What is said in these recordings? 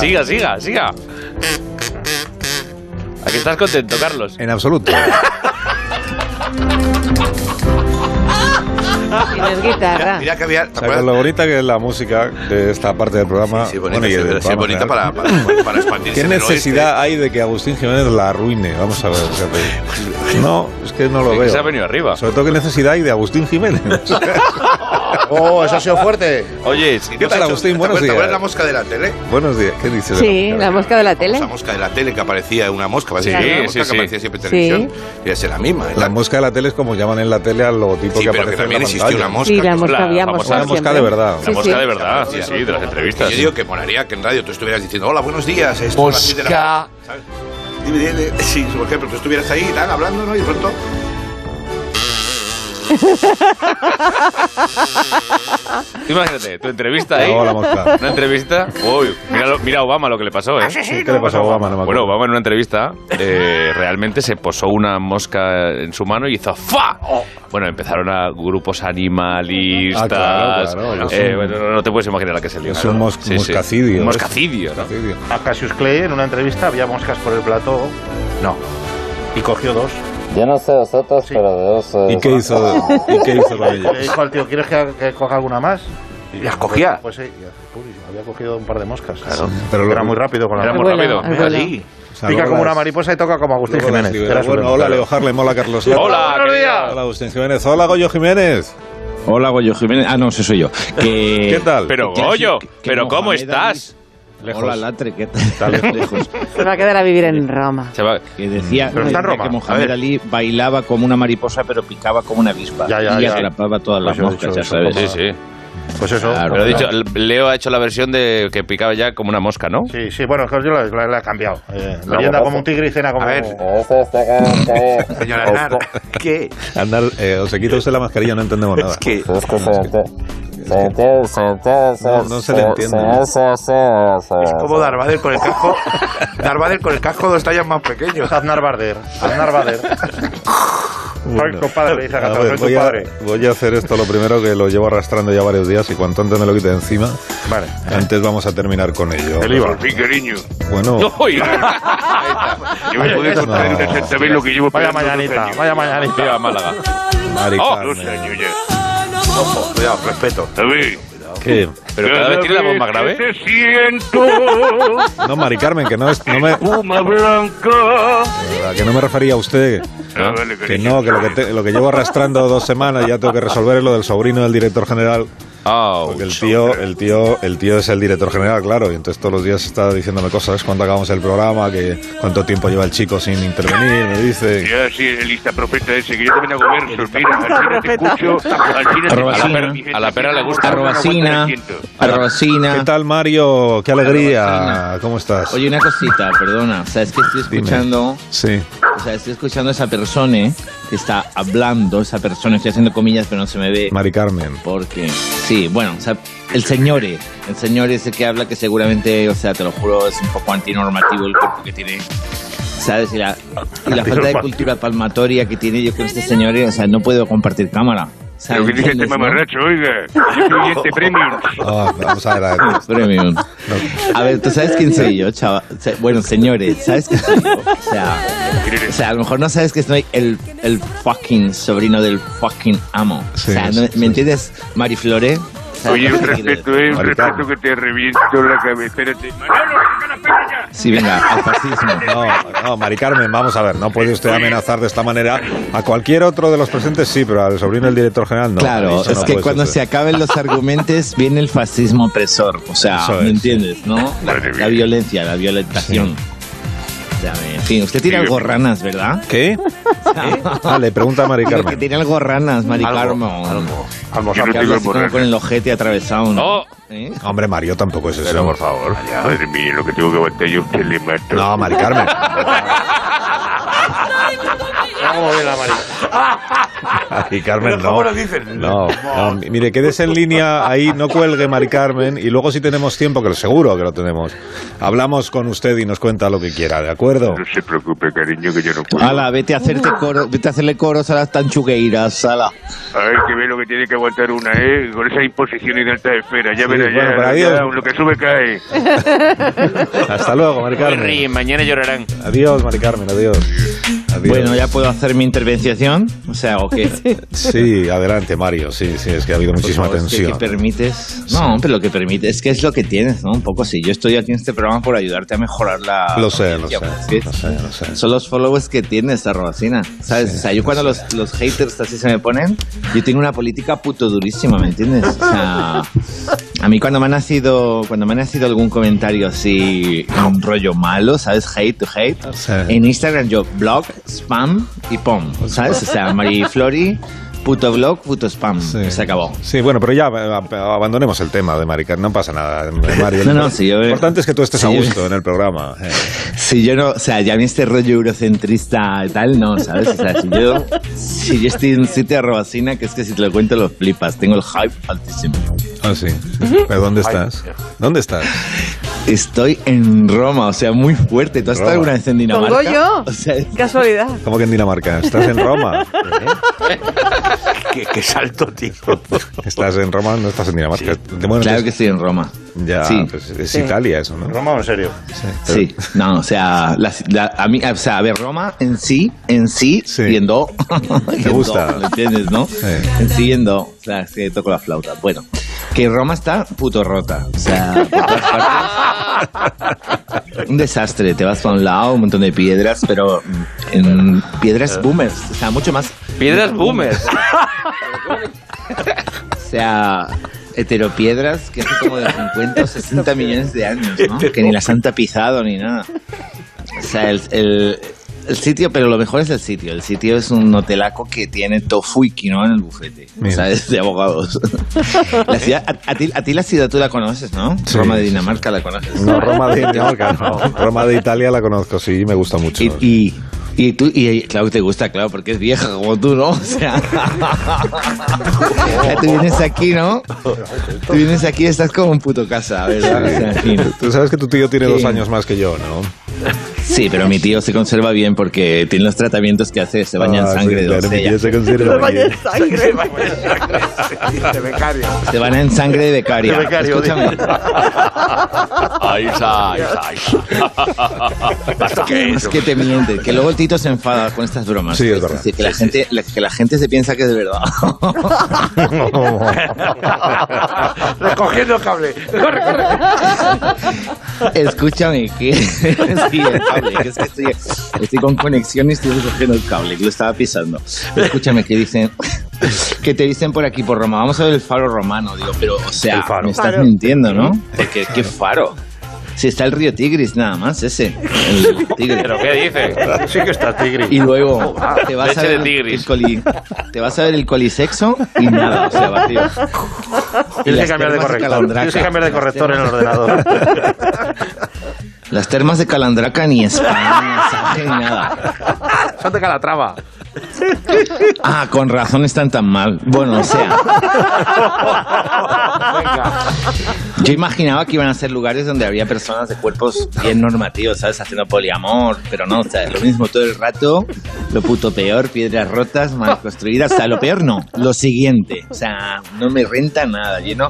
siga. siga, siga, siga. Aquí estás contento, Carlos. En absoluto. Tienes guitarra. Mira que había. ¿te ¿Sabes acuerdas? lo bonita que es la música de esta parte del programa? Sí, Bueno, bonita, y sí, del pero sí, programa bonita en para, general. para, para expandirse. ¿Qué en el necesidad hay de que Agustín Jiménez la arruine? Vamos a ver. fíjate. No, es que no Es lo que veo. se ha venido arriba. Sobre todo, ¿qué necesidad hay de Agustín Jiménez? Oh, eso ha sido fuerte. Oye, oeste. si- ¿Qué Hola, tal, Agustín, ¿Te buenos acuerdas- ¿Te acuerdas días. la mosca de la tele? Buenos días, ¿qué dices? Sí, la mosca de la tele. La mosca de la tele que aparecía, una mosca, parecía Sí, una mosca sí, que sí. aparecía siempre en Sí. televisión. Debe ser la misma. La La- mosca de la tele es como llaman en la tele al logotipo Sí, que pero que aparece en la también pantalla. existió una mosca. Sí, la que- mosca La- había la mosca. mosca de siempre. verdad. la Sí, mosca sí. de verdad, sí, sí, de las entrevistas. Yo digo que molaría que en radio tú estuvieras diciendo, hola, buenos días. esto a las seis de la Mosca. mañana", ¿sabes? Dime, dime, dime. Sí, por ejemplo, tú estuvieras ahí, tal, hablando, ¿no? Y de pronto... Tú Imagínate, tu entrevista ahí. Luego la mosca. Una entrevista. Uy, mira, lo- mira a Obama lo que le pasó, Ah, ¿eh? Sí, ¿Qué le pasó a Obama? No me Bueno, acuerdo. Obama en una entrevista eh, realmente se posó una mosca en su mano y hizo ¡fa! Bueno, empezaron a grupos animalistas. Ah, claro, claro, eh, es un- bueno, no, no te puedes imaginar la que se lió. es claro. un mos- moscacidio. Un moscacidio, ¿no? A Cassius Clay en una entrevista había moscas por el plató. No. Y cogió dos. Yo no sé vosotros, pero de dos. ¿Y qué hizo, ¿y qué hizo con ella? Le dijo al tío, ¿quieres que, que coja alguna más? Y las cogía. Pues, sí, y- uy, había cogido un par de moscas. Pero lo- era muy rápido con la Era muy Abuela, rápido. abuela. O sea, Pica luego como las- una mariposa y toca como Agustín luego las Jiménez. libera. Era su Bueno, lema, hola claro. Leo Harlem, hola Carlos López. Hola, querida. Hola Agustín Jiménez, hola Goyo Jiménez. Hola, Goyo Jiménez. Ah, no, ese soy yo. Que... Eh, ¿Qué tal? Pero Que- Goyo, que- que pero Mohamed ¿cómo Ali- estás? Hola, Latre, ¿qué tal? Lejos. Se va a quedar a vivir en Roma. Chaval, Que decía, Pero está en decía Roma. que A Mohamed ver. Ali bailaba como una mariposa, pero picaba como una avispa. Ya, ya, y ya. atrapaba todas las Pues yo he moscas, dicho ya eso, sabes. Sí, sí. Pues eso. Claro. Pero he dicho, Leo ha hecho la versión de que picaba ya como una mosca, ¿no? Sí, sí, bueno, es que yo la, la- la he cambiado. Eh, leyenda La bocaza. como un tigre y cena como... A ver. Señora Aznar, ¿qué? Andar, eh, o se quita usted la mascarilla, no entendemos nada. ¿Qué? No, no se le entiende. Es como Darth Vader con el casco. Darth Vader con el casco dos tallas más pequeño. Aznar Bader. Aznar Bader. Soy tu padre, le dice a A Gato, ver, soy tu voy, a, padre. voy a hacer esto lo primero que lo llevo arrastrando ya varios días y cuanto antes me lo quite de encima, Vale. antes vamos a terminar con ello. El IVA. Bueno, Uy. Yo me podía No. contar en este lo que llevo Vaya pegando dos mañanita, años. vaya mañanita. Viva Málaga. Mari Oh, Carmen, Dos años ya. Ojo, cuidado, respeto. ¿qué? Pero cada vez tiene la bomba grave. Te siento No, Mari Carmen, que no, es, no me, de una blanca. verdad, que no me refería a usted. ¿no? Que no, que lo que, te- lo que llevo arrastrando dos semanas y ya tengo que resolver es lo del sobrino del director general. Au. Porque el tío, el tío, el tío es el director general, claro, y entonces todos los días está diciéndome cosas, cuándo acabamos el programa, que cuánto tiempo lleva el chico sin intervenir, me dice. Ya, sí, el lista profeta ese, que yo también hago versos. Mira, al cine te escucho, al cine te A la pera- mi gente a la pera le siente gusta. por favor, Arrobacina, no aguanta el asiento. ¿Qué arrobacina. tal Mario? ¡Qué alegría! ¿Cómo estás? Oye, una cosita, perdona. O sea, es que estoy Dime. escuchando... Sí. O sea, estoy escuchando a esa persona que está hablando, esa persona, estoy haciendo comillas, pero no se me ve. Mari Carmen. Porque, sí, bueno, o sea, el señor, el señor ese que habla que seguramente, o sea, te lo juro, es un poco antinormativo el cuerpo que tiene, ¿sabes? Y la, y la falta de cultura palmatoria que tiene yo con este señor, o sea, no puedo compartir cámara. O sea, Lo que dice este ¿entiendes, no? mamarracho, oiga. Yo soy oyente premium. Ah, vamos a ver. a ver. Premium. A ver, ¿tú sabes quién soy yo, chaval? O sea, bueno, señores, ¿sabes quién soy yo? O sea, o sea, a lo mejor no sabes que soy el, el fucking sobrino del fucking amo. Sí, o sea, ¿no- sí, sí. ¿me entiendes, Marifloré? ¿Sabes Oye, lo un que quiero respeto, eh, un Ahorita. respeto que te reviento la cabeza. Espérate. Manolo, saca la pera ya. Sí, venga, al fascismo. No, no, Mari Carmen, vamos a ver, no puede usted amenazar de esta manera a cualquier otro de los presentes, sí, pero al sobrino del director general no. claro, Eso es no que puede cuando se suceder. acaben los argumentos viene el fascismo opresor. O sea, Eso ¿me es. entiendes, no? La, Madre la mía. violencia, la violentación. O sea, en fin, usted tiene algo ranas, ¿verdad? ¿Qué? Ah, le pregunta a Mari Creo que Carmen. tiene algo ranas, Mari Carmen. Yo no Que habla tengo así como borrar. con el ojete atravesado, ¿no? Oh. ¿Eh? Hombre, Mario tampoco es eso. Pero por favor. Madre mía, lo que tengo que aguantar yo, usted le mato. No, Mari Carmen. Vamos a ver la marina. Y Carmen Pero no. ¿cómo lo dicen? No, no, mi- mire, quédese en línea, ahí no cuelgue, Mari Carmen, y luego si tenemos tiempo, que lo seguro que lo tenemos, hablamos con usted y nos cuenta lo que quiera, ¿de acuerdo? No se preocupe, cariño, que yo no puedo. Ala, Ah, vete a hacerte coro, vete a hacerle coros a las tanchugueiras, ala. Ay, que ve lo que tiene que aguantar una, ¿eh? Con esas imposiciones de alta esfera. Ya Sí, verás, bueno, ya, pero ya, adiós. Lo que sube cae. Hasta luego, Mari Hoy Carmen. ríen, mañana llorarán. Adiós, Mari Carmen, adiós. Adiós. Bueno, ya puedo hacer mi intervención, o sea, o qué. Sí, adelante, Mario, sí, sí, es que ha habido muchísima Por favor, es que- tensión. que permites? No, pero lo que permite es que es lo que tienes, ¿no? Un poco sí. Yo estoy aquí en este programa por ayudarte a mejorar la. Lo sé, lo sé, audiencia, pues, lo ¿sí? sé, lo sé. Son los followers que tienes, Arrobacina. ¿Sabes? Sí, o sea, yo cuando los, los haters así se me ponen, yo tengo una política puto durísima, ¿me entiendes? O sea, a mí cuando me ha nacido, cuando me ha nacido algún comentario así, un rollo malo, ¿sabes? Hate to hate. Sí. En Instagram yo blog, spam y pom, ¿sabes? O sea, Mariflori, puto blog, puto spam. Sí. Se acabó. Sí, bueno, pero ya eh, ab- abandonemos el tema de Mari Carmen, no pasa nada, eh, Mario. No, no, sí, yo- Lo importante es que tú estés sí, a yo- gusto en el programa. eh. Si yo no, o sea, ya en este rollo eurocentrista y tal, no, ¿sabes? O sea, si yo, si yo estoy en un sitio de robacina, que es que si te lo cuento lo flipas, tengo el hype altísimo. Ah, sí. ¿Pero dónde estás? ¿Dónde estás? Estoy en Roma, o sea, muy fuerte. ¿Tú has estado alguna Roma. vez en ¿Con Dinamarca? Goyo? O sea, Casualidad. ¿Cómo que en Dinamarca? eh, ¿Estás en Roma? Qué, qué salto, tío. ¿Estás en Roma? No estás en Dinamarca. Bueno, claro que entonces- estoy en Roma. Ya, sí. pues es Sí. Italia eso, ¿no? Roma, en serio. Sí, no, o sea, la- la- a mí, o sea, a ver, Roma en sí, en sí, Sí. y en do. y en do, gusta. ¿Me entiendes, no? En sí y en do. O sea, es que toco la flauta. Bueno, que Roma está puto rota. O sea, por todas partes. un desastre. Te vas para un lado, un montón de piedras, pero mm, en piedras boomers. O sea, mucho más. Piedras boomers. O sea, heteropiedras que hace como de 50 o 60 millones de años, ¿no? Que ni las han tapizado ni nada. O sea, el, el- el sitio, pero lo mejor es el sitio. El sitio es un hotelaco que tiene tofu y quinoa en el bufete. Mira. ¿Sabes? De abogados. La ciudad, a, a ti, a ti la ciudad tú la conoces, ¿no? Sí. Roma de Dinamarca la conoces. No, Roma de Dinamarca, no. Roma de Italia la conozco, sí, me gusta mucho. Y, y, y tú, y claro, te gusta, claro, porque es vieja como tú, ¿no? O sea, ya tú vienes aquí, ¿no? Tú vienes aquí y estás como un puto casa, ¿verdad? O sea, en fin. Tú sabes que tu tío tiene Sí. dos años más que yo, ¿no? Sí, pero mi tío se conserva bien porque tiene los tratamientos que hace, se baña en Ah, sangre sí, de claro, mi doncella. tío se conserva Se baña bien. en sangre. De becario. Se baña en sangre de becaria. De becario, Escúchame. Ay, ay, ay. Es que te mienten, que luego el Tito se enfada con estas bromas. Sí, es Es verdad. decir, que, la gente, la- que la gente se piensa que es de verdad. Recogiendo cable. Corre, corre. Escúchame, que sí, el cable, que es que estoy, estoy con conexión y estoy recogiendo el cable, que lo estaba pisando. Escúchame, que dicen, que te dicen por aquí, por Roma, vamos a ver el faro romano, digo, pero, o sea, me estás mintiendo, ¿no? Porque, ¿qué faro? Si está el río Tigris, nada más, ese, el Tigris. ¿Pero qué dices? Sí que está tigre. Y luego te vas Ah, Leche a ver de tigris. el coli, te vas a ver el colisexo y nada, o sea, vacío. Y Tienes las que cambiar de termas corrector. Calandraca. Tienes que cambiar de corrector en el ordenador. Las termas de Calandraca ni España, ni nada. Son de Calatrava. Ah, con razón están tan mal. Bueno, o sea, Venga. yo imaginaba que iban a ser lugares donde había personas de cuerpos bien normativos, ¿sabes? Haciendo poliamor, pero no, o sea, es lo mismo todo el rato, lo puto peor, piedras rotas, mal construidas, o sea, lo peor no, lo siguiente, o sea, no me renta nada, lleno.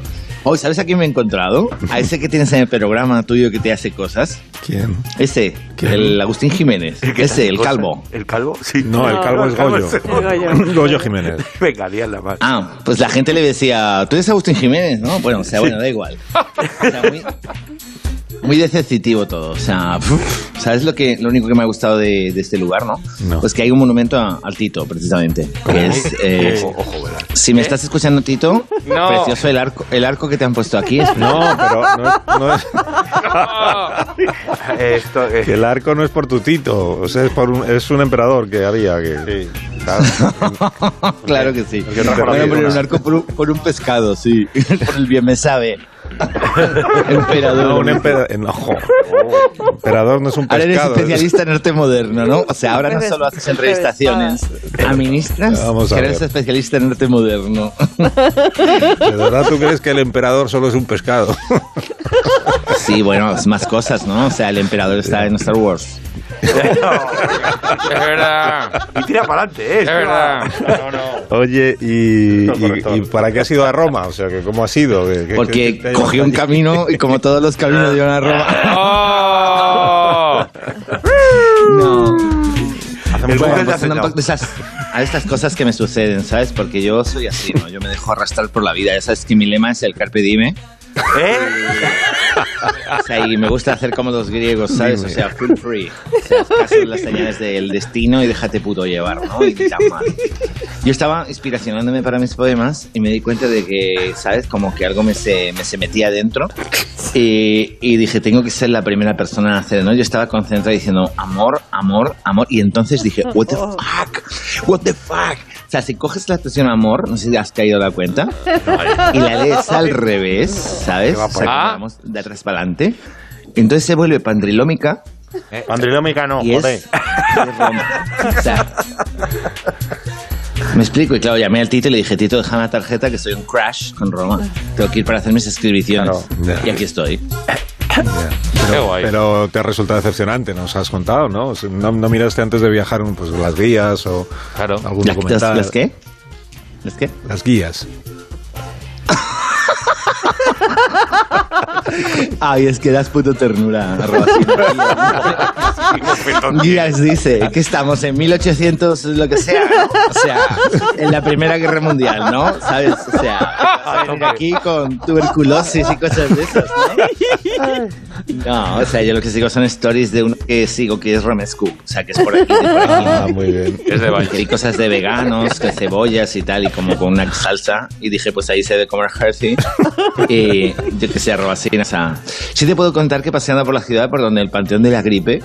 Oh, ¿sabes a quién me he encontrado? A ese que tienes en el programa tuyo que te hace cosas. ¿Quién? Ese, el Agustín Jiménez. Ese, el calvo. ¿El calvo? Sí. No, el calvo es Goyo. Goyo. Goyo Jiménez. Venga, la más. Ah, pues la gente le decía, tú eres Agustín Jiménez, ¿no? Bueno, o sea, bueno, da igual. O sea, muy, muy deceptivo todo. O sea, uf, ¿sabes lo que lo único que me ha gustado de, de este lugar, no? No. Pues que hay un monumento a- al Tito, precisamente. Que es, eh, si me estás escuchando, Tito, No. precioso el arco, el arco que te han puesto aquí. Es No, pero no es, no es- Esto, eh, que el arco no es por tu tito, o sea, es, por un, es un emperador que había que... claro que sí. Porque otra cosa Voy a no poner digo un nada. arco por un, por un pescado, sí. por el bien me sabe. Emperador. No, un empera- eh, no, jo. emperador no es un Ahora Ah, eres pescado. especialista en arte moderno, ¿no? O sea, ahora no Eres solo haces entrevistaciones, administras, Ah. Vamos a que eres ver. especialista en arte moderno. ¿De verdad tú crees que el emperador solo es un pescado? Sí, bueno, es más cosas, ¿no? O sea, el emperador está en Star Wars. Es verdad, Y tira para adelante, ¿eh? es verdad. No, no. Oye, y, No, y- correcto. y para qué has ido a Roma? O sea, que ¿cómo has ido? ¿Qué- qué- qué Porque te ha llevado cogió un allí? camino y como todos los Ah. caminos llevan a Roma. ¡Oh! No. El Bueno, Google te pues hace son un no. poco de esas- a estas cosas que me suceden, ¿sabes? Porque yo soy así, ¿no? Yo me dejo arrastrar por la vida. Ya sabes que mi lema es el carpe diem. ¿Eh? O sea, y me gusta hacer como los griegos, ¿sabes? O sea, feel free. O sea, haz caso de las señales del destino y déjate puto llevar, ¿no? Y "Ah, tan mal. Yo estaba inspiracionándome para mis poemas y me di cuenta de que, ¿sabes? Como que algo me se, me se metía dentro. Y, y dije, tengo que ser la primera persona en hacer, ¿no? Yo estaba concentrada diciendo, amor, amor, amor. Y entonces dije, what the fuck, what the fuck. O sea, si coges la expresión amor, no sé si has caído la cuenta, y la lees al revés, ¿sabes? O sea, como Ah. vamos de atrás para adelante. Entonces se vuelve pandrilómica Andrilómica Eh, no, y es... joder. es rom- o sea, me explico, y claro, llamé al Tito y le dije, Tito, déjame la tarjeta que soy un crash con Roma. Tengo que ir para hacer mis escribiciones. Claro. Y aquí estoy. ¡Qué guay! Pero te ha resultado decepcionante, nos has contado, ¿no? O sea, ¿no? no miraste antes de viajar pues, las guías o Claro. algún ¿Las, las, documental? las qué? ¿Las qué? Las guías. Ay, es que das puto ternura. arroba sin- Guías dice que estamos en 1800, lo que sea. ¿no? O sea, en la Primera Guerra Mundial, ¿no? ¿Sabes? O sea, vas a venir aquí con tuberculosis y cosas de esas, ¿no? No, o sea, yo lo que sigo son stories de uno que sigo que es Romescu. O sea, que es por aquí, de por aquí. Ah, muy bien. Es de baño. Que hay cosas de veganos, que cebollas y tal, y como con una salsa. Y dije, pues ahí se debe comer healthy. Y yo que sé, arroba así. O sea, sí te puedo contar que paseando por la ciudad, por donde el Panteón de la Gripe,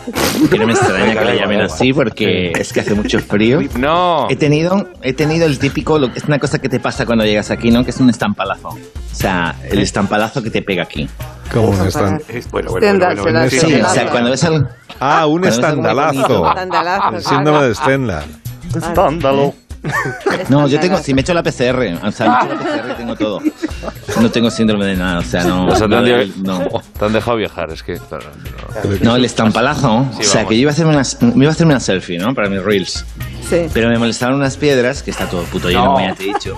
que no me extraña que le llamen así, porque es que hace mucho frío. No. He tenido, he tenido el típico, lo- es una cosa que te pasa cuando llegas aquí, ¿no? Que es un estampalazo. O sea, el ¿Eh? estampalazo que te pega aquí. ¿Cómo no están? Es- Bueno, bueno, bueno, bueno, Tendrásela, bueno, sí. Sí, o sea, cuando ves al... Ah, un Bueno, eso es muy estandalazo. bonito. Tandalazo, El síndrome de Stendhal. Escándalo. No, yo Ah. tengo, si me echo la PCR, o sea, me echo la PCR y tengo todo. No tengo síndrome de nada, o sea, no. O sea, te, no, han no. dejado- te han dejado viajar, es que. claro, no. No, el estampalazo. Sí, o sea, vamos. que yo iba a, hacer una, me iba a hacerme una selfie, ¿no? Para mis reels. Sí. Pero me molestaron unas piedras, que está todo puto lleno, como ya te he dicho.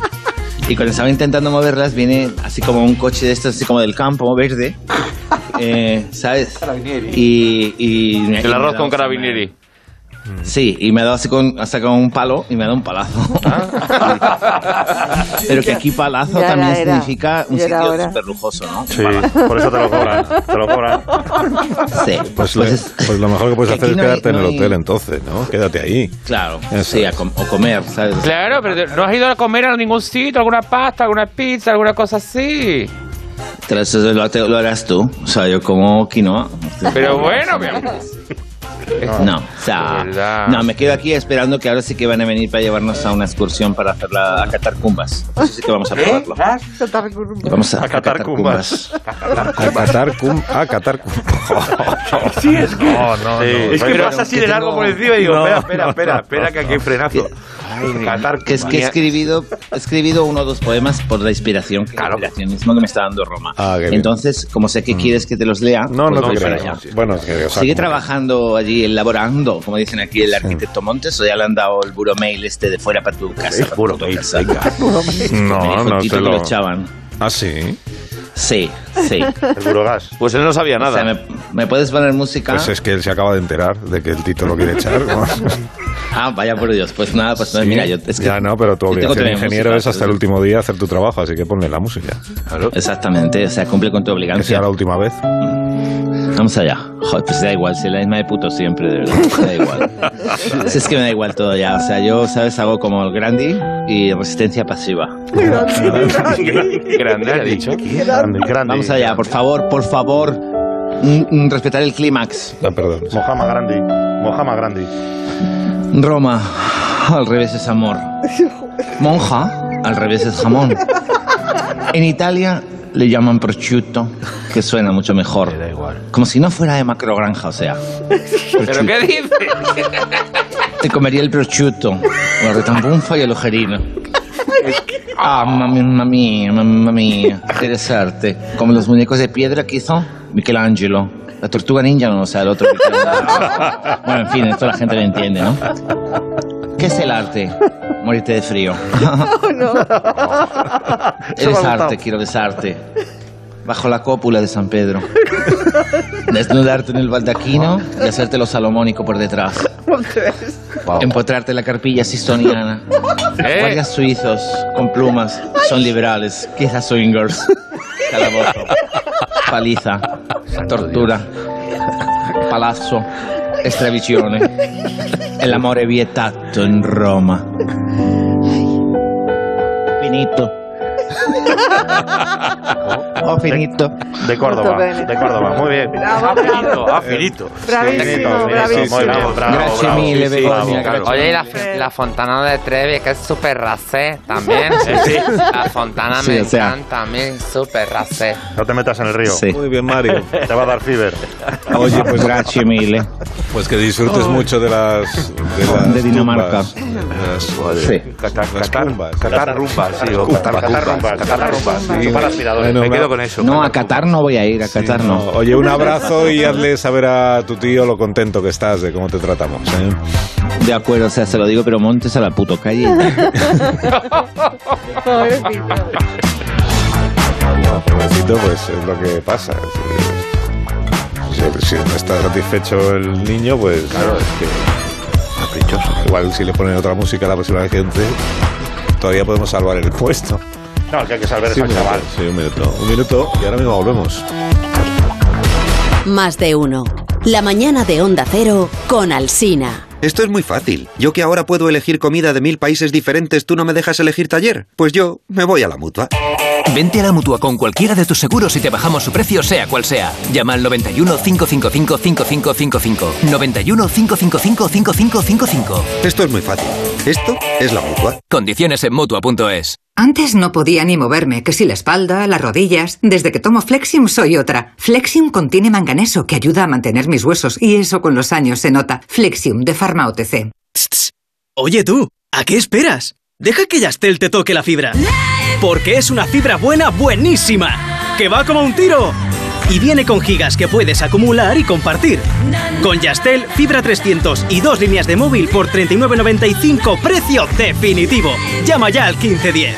Y cuando estaba intentando moverlas, viene así como un coche de estos, así como del campo, verde. eh, ¿Sabes? Y. y me- y El me arroz da con un- carabinieri. Sí, y me ha dado así con, ha sacado un palo y me ha dado un palazo. Ah. Pero que aquí palazo Ya también era, era. significa un Ya era sitio hora. súper lujoso, ¿no? Sí, por eso te lo cobran. Te lo cobran. Sí, Pues, pues, le- es, pues lo mejor que puedes que hacer aquí es no hay- quedarte en no el hay- hotel entonces, ¿no? Quédate ahí. claro, Eso sí, a com- o comer, ¿sabes? Claro, pero no has ido a comer a ningún sitio, alguna pasta, alguna pizza, alguna cosa así. Pero eso lo, te- lo harás tú, o sea, yo como quinoa. Pero bueno, mi amor. No, o sea, De verdad. no, me quedo aquí esperando que ahora sí que van a venir para llevarnos a una excursión para hacer la, a catar cumbas. Eso sí que vamos ¿Eh? ¿Eh? a probarlo. ¿Ah? Vamos a, A catar cumbas. A Qatar cum... A Qatar cum... No, no, no. Es que Pero- pasa así de largo por encima y digo, espera, espera, espera, espera, que aquí hay frenazo. Catar Que es que he escribido, he escribido uno o dos poemas por la inspiración, que el inspiracionismo que me está dando Roma. Ah, qué bien. Entonces, como sé que quieres que Mm. te los lea, No, pues no voy te para creo. allá. Bueno, que, o sea, Sigue como- trabajando allí, elaborando, como dicen aquí el arquitecto Montes, o ya le han dado el buro mail este de fuera para tu casa. para tu casa. Me No, dijo no Tito te que lo... lo echaban. Ah, sí. Sí, sí. El burogas. Pues él no sabía O sea, nada. ¿me, me puedes poner música? Pues es que él se acaba de enterar de que el Tito lo quiere echar. ¿no? Ah, vaya por Dios. Pues nada, pues no, mira, yo... Es que ya no, pero tu yo tengo que obligación de tener ingeniero música, es hasta el pues, último día hacer tu trabajo, así que ponle la música. Exactamente, o sea, cumple con tu Mm. Que sea obligación. la última vez. Vamos allá. Joder, pues da igual, si es la misma de puto siempre, de verdad. Da igual. Si es que me da igual todo ya. O sea, yo, ¿sabes? Hago como el Grandi y resistencia pasiva. Grande, ha dicho. Grande, grande. Vamos allá, por favor, por favor. mm, mm, Respetar el clímax. Ah, perdón. Mojama Grandi. Mojama Grandi. Roma. al revés es amor. Monja, al revés es jamón. En Italia le llaman prosciutto, que suena mucho mejor. da igual. Como si no fuera de macrogranja, o sea. ¿Pero qué dices? Te comería el prosciutto, la retambunfa y el ojerino. Ah, mami, mami, mami, interesarte. Como los muñecos de piedra que hizo Michelangelo. La tortuga ninja, no, o sea, el otro. Michelangelo. Bueno, en fin, esto la gente lo entiende, ¿no? ¿Qué es el arte? Morirte de frío. Eres arte, quiero besarte. Bajo la cópula de San Pedro. Desnudarte en el baldaquino y hacerte lo salomónico por detrás. Empotrarte en la carpilla sistoniana. ¿Eh? Guardias suizos con plumas son liberales. Quizás swingers. Calabozo. Paliza. Tortura. Palazzo. Estravicione. El amore vietato en Roma. Finito. Oh, finito. De Córdoba, de Córdoba, muy bien. Bravo, bravo. Ah, finito. Bravísimo, Finito, bravísimo. Muy bravo, bravo, Grazie bravo. mille, Sí, sí, Begoña, bravo, grazie. claro. Oye, y la, la fontana de Trevi, que es súper racé también. La fontana Sí, me o sea. encanta a mí, súper racé. No te metas en el río. Sí. Muy bien, Mario. Te va a dar fiber. Oye, pues, Grazie mille. pues que disfrutes mucho de las. De, las De Dinamarca. tumbas, de las- Sí. Catar, Las tumbas. Catar, Catar rumba, sí, o Catar, Catar rumba, Catar rumba. Sí. Chupar aspiradores, Bueno, me una- quedo con eso. No, a Qatar no voy a ir, a Qatar Sí, no. Oye, un abrazo y hazle saber a tu tío lo contento que estás de cómo te tratamos. ¿eh? De acuerdo, o sea, se lo digo, pero montes a la puto calle. Pobrecito. Ah, Pobrecito, pues es lo que pasa. Si, si- si no está satisfecho el niño, pues claro, es que caprichoso. Igual si le ponen otra música a la próxima vez que entre, todavía podemos salvar el puesto. No, el que hay que salvar es Sí, un al minuto, chaval. sí, un minuto. Un minuto y ahora mismo volvemos. Más de uno. La mañana de Onda Cero con Alsina. Esto es muy fácil. Yo que ahora puedo elegir comida de mil países diferentes, ¿tú no me dejas elegir taller? Pues yo me voy a la mutua. Vente a la mutua con cualquiera de tus seguros y te bajamos su precio, sea cual sea. Llama al 91 555 5555. 91 555 5555. Esto es muy fácil. Esto es la mutua. Condiciones en mutua.es. Antes no podía ni moverme, que si la espalda, las rodillas. Desde que tomo Flexium soy otra. Flexium contiene manganeso que ayuda a mantener mis huesos y eso con los años se nota. Flexium de Pharma OTC. Oye tú, ¿a qué esperas? Deja que Yastel te toque la fibra. Porque es una fibra buena, buenísima. Que va como un tiro. Y viene con gigas que puedes acumular y compartir. Con Yastel, fibra 300 y dos líneas de móvil por 39.95, precio definitivo. Llama ya al 1510.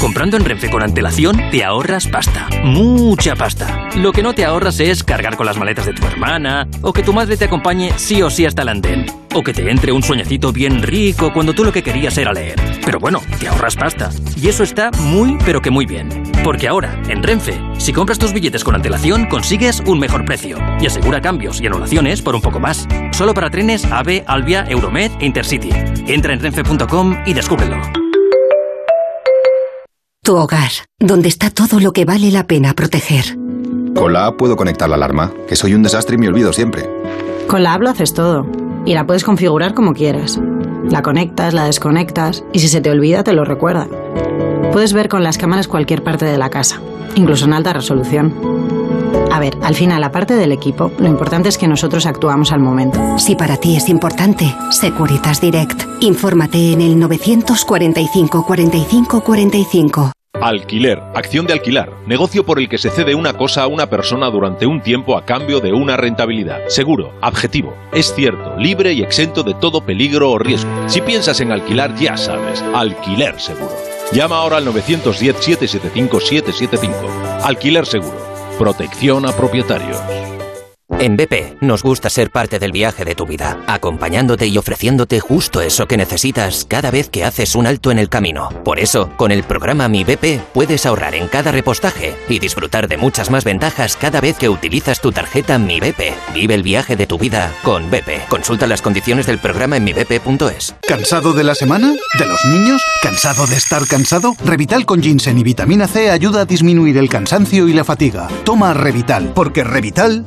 Comprando en Renfe con antelación, te ahorras pasta. Mucha pasta. Lo que no te ahorras es cargar con las maletas de tu hermana, o que tu madre te acompañe sí o sí hasta el andén, o que te entre un sueñecito bien rico cuando tú lo que querías era leer. Pero bueno, te ahorras pasta. Y eso está muy, pero que muy bien. Porque ahora, en Renfe, si compras tus billetes con antelación, consigues un mejor precio. Y asegura cambios y anulaciones por un poco más. Solo para trenes AVE, Albia, Euromed e Intercity. Entra en renfe.com y descúbrelo. Tu hogar, donde está todo lo que vale la pena proteger. Con la app puedo conectar la alarma, que soy un desastre y me olvido siempre. Con la app lo haces todo y la puedes configurar como quieras. La conectas, la desconectas y si se te olvida te lo recuerda. Puedes ver con las cámaras cualquier parte de la casa, incluso en alta resolución. A ver, al final, aparte del equipo, lo importante es que nosotros actuamos al momento. Si para ti es importante, Securitas Direct. Infórmate en el 945 45 45. Alquiler, acción de alquilar, negocio por el que se cede una cosa a una persona durante un tiempo a cambio de una rentabilidad. Seguro, objetivo, es cierto, libre y exento de todo peligro o riesgo. Si piensas en alquilar, ya sabes, alquiler seguro. Llama ahora al 910-775-775. Alquiler seguro, protección a propietarios. En BP nos gusta ser parte del viaje de tu vida, acompañándote y ofreciéndote justo eso que necesitas cada vez que haces un alto en el camino. Por eso, con el programa Mi BP puedes ahorrar en cada repostaje y disfrutar de muchas más ventajas cada vez que utilizas tu tarjeta Mi BP. Vive el viaje de tu vida con BP. Consulta las condiciones del programa en mibp.es. ¿Cansado de la semana? ¿De los niños? ¿Cansado de estar cansado? Revital con ginseng y vitamina C ayuda a disminuir el cansancio y la fatiga. Toma Revital, porque Revital...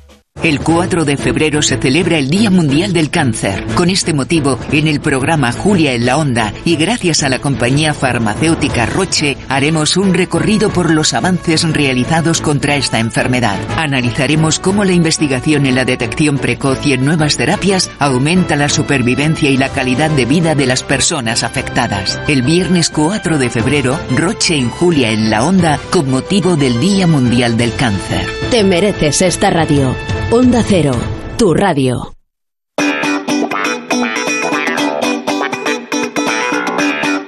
El 4 de febrero se celebra el Día Mundial del Cáncer. Con este motivo, en el programa Julia en la Onda y gracias a la compañía farmacéutica Roche, haremos un recorrido por los avances realizados contra esta enfermedad. Analizaremos cómo la investigación en la detección precoz y en nuevas terapias aumenta la supervivencia y la calidad de vida de las personas afectadas. El viernes 4 de febrero, Roche en Julia en la Onda con motivo del Día Mundial del Cáncer. Te mereces esta radio. Onda Cero, tu radio.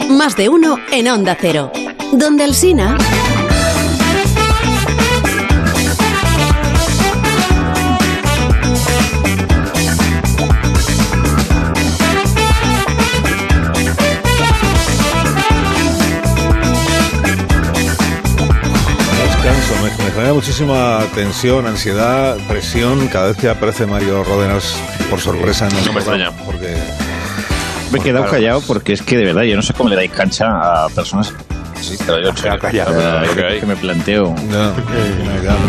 Más de uno en Onda Cero. Donde el Sina. Descanso, me, me genera muchísima tensión, ansiedad, presión cada vez que aparece Mario Rodenas por sorpresa. en el No me programa, extraña. Porque eh, Me he quedado Claro. callado porque es que de verdad yo no sé cómo le dais cancha a personas. Sí, te lo digo en serio. La verdad, es que me planteo.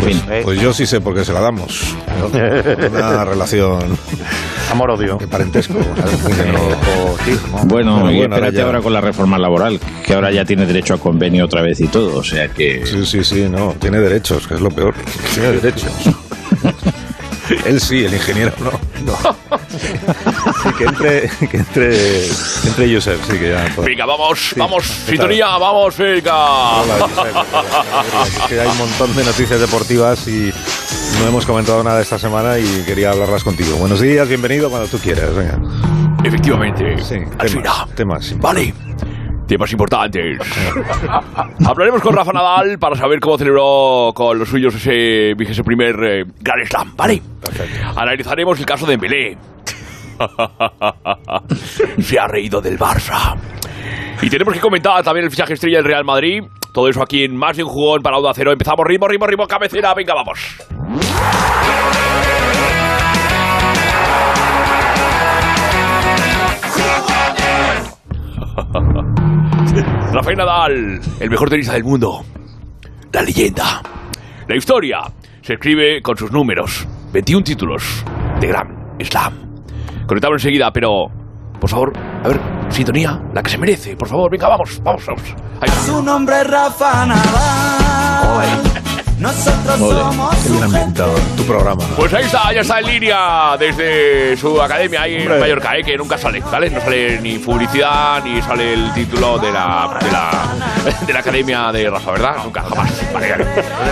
pues, pues yo sí sé por qué se la damos. Una relación. Amor-odio. Parentesco. Bueno, Pero y pues bueno, espérate ya- ahora con la reforma laboral, que ahora ya tiene derecho a convenio otra vez y todo, o sea que... Sí, sí, sí, no, tiene derechos, que es lo peor. Tiene derechos. Él sí, el ingeniero no. Sí, que entre, que entre, que entre Yusef, sí que ya. pues. Venga, vamos, vamos, está. sintonía, vamos, venga. Hola, Es que hay un montón de noticias deportivas y no hemos comentado nada esta semana y quería hablarlas contigo. Buenos días, bienvenido cuando tú quieras, venga. Efectivamente, Sí, al temas, final. temas. Vale. Temas importantes. Hablaremos con Rafa Nadal para saber cómo celebró con los suyos ese vigésimo primer eh, Grand Slam, ¿vale? Analizaremos el caso de Pelé. Se ha reído del Barça. Y tenemos que comentar también el fichaje estrella del Real Madrid. Todo eso aquí en más de un jugón para Auda Cero. Empezamos ritmo, ritmo, ritmo, cabecera. Venga, vamos. Rafael Nadal, el mejor tenista del mundo. La leyenda. La historia se escribe con sus números. 21 títulos de Grand Slam. Conectamos enseguida, pero... Por favor, a ver, sintonía, la que se merece. Por favor, venga, vamos, vamos, vamos. Ahí va. Su nombre es Rafa Nadal. Nosotros somos Qué bien ambientado tu programa. Pues ahí está, ya está en línea desde su academia ahí Hombre. en Mallorca, eh, que nunca sale, ¿vale? No sale ni publicidad, ni sale el título de la, de la, de la academia de Rafa, ¿verdad? Nunca, jamás. Vale, vale.